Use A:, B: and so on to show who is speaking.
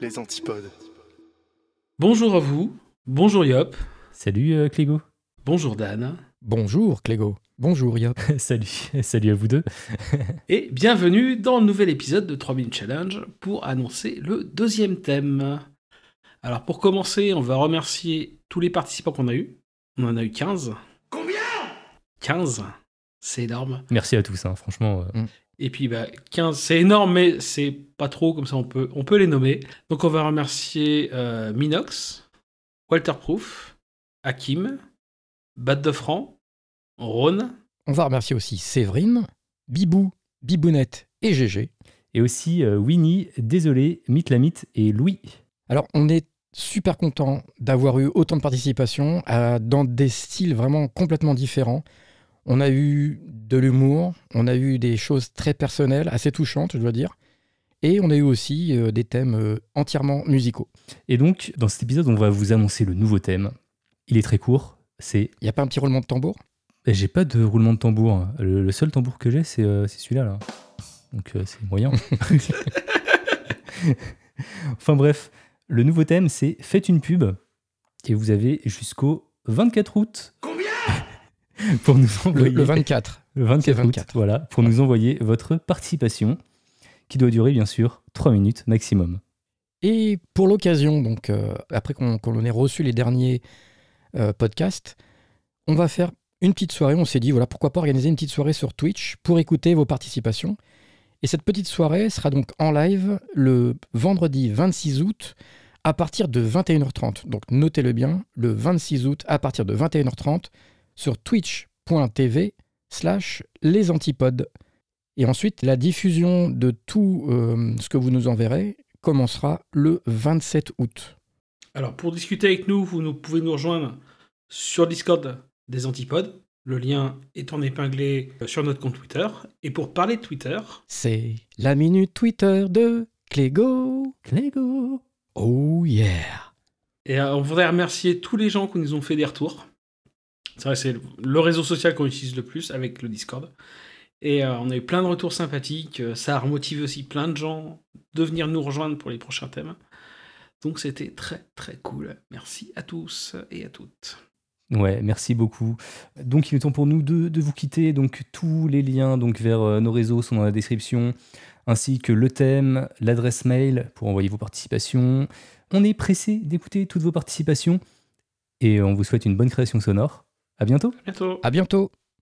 A: les antipodes.
B: Bonjour à vous, bonjour Yop,
C: Salut euh, Clégo.
B: bonjour Dan,
D: Bonjour Clégo. Bonjour Yop.
C: salut, salut à vous deux.
B: et bienvenue dans le nouvel épisode de 3000 Challenge pour annoncer le deuxième thème. Alors pour commencer, on va remercier tous les participants qu'on a eus. On en a eu 15.
A: Combien
B: 15 C'est énorme.
C: Merci à tous, hein, franchement. euh,
D: Mm.
B: Et puis bah, 15, c'est énorme, mais c'est pas trop, comme ça on peut, on peut les nommer. Donc on va remercier euh, Minox, Walterproof, Hakim, Bat de Franc, Rhône,
D: On va remercier aussi Séverine, Bibou, Bibounette et GG.
C: Et aussi euh, Winnie, Désolé, Mythe et Louis.
D: Alors on est super content d'avoir eu autant de participation euh, dans des styles vraiment complètement différents. On a eu de l'humour, on a eu des choses très personnelles, assez touchantes je dois dire. Et on a eu aussi euh, des thèmes euh, entièrement musicaux.
C: Et donc, dans cet épisode, on va vous annoncer le nouveau thème. Il est très court, c'est...
D: Il n'y a pas un petit roulement de tambour
C: Et J'ai pas de roulement de tambour. hein. Le, le seul tambour que j'ai, c'est euh, c'est celui-là, là. Donc, euh, c'est moyen. enfin bref, le nouveau thème, c'est Faites une pub. Et vous avez jusqu'au 24 août
A: Combien
C: pour nous
D: le,
C: envoyer...
D: le 24.
C: Le 24,
D: C'est
C: août,
D: 24.
C: voilà, pour nous envoyer votre participation, qui doit durer bien sûr 3 minutes maximum.
D: Et pour l'occasion, donc euh, après qu'on qu'on ait reçu les derniers euh, podcasts, on va faire une petite soirée. On s'est dit, voilà, pourquoi pas organiser une petite soirée sur Twitch pour écouter vos participations. Et cette petite soirée sera donc en live le vendredi 26 août à partir de 21h30. Donc notez-le bien, le 26 août à partir de 21h30 sur twitch.tv slash les antipodes. Et ensuite, la diffusion de tout euh, ce que vous nous enverrez commencera le 27 août.
B: Alors, pour discuter avec nous, vous nous- pouvez nous rejoindre sur le Discord des Antipodes. Le lien est en épinglé euh, sur notre compte Twitter. Et pour parler de Twitter,
D: C'est la minute Twitter de Clégo.
C: Clégo
D: Oh yeah.
B: et euh, on voudrait remercier tous les gens qui nous ont fait des retours. C'est vrai, c'est le- le réseau social qu'on utilise le plus avec le Discord. Et euh, on a eu plein de retours sympathiques. euh, Ça a remotivé aussi plein de gens de venir nous rejoindre pour les prochains thèmes. Donc c'était très très cool. Merci à tous et à toutes.
C: Ouais, merci beaucoup. Donc il est temps pour nous de, de vous quitter. Donc tous les liens donc, vers euh, nos réseaux sont dans la description, ainsi que le thème, l'adresse mail pour envoyer vos participations. On est pressé d'écouter toutes vos participations et on vous souhaite une bonne création sonore. À bientôt
B: À bientôt.
D: À bientôt.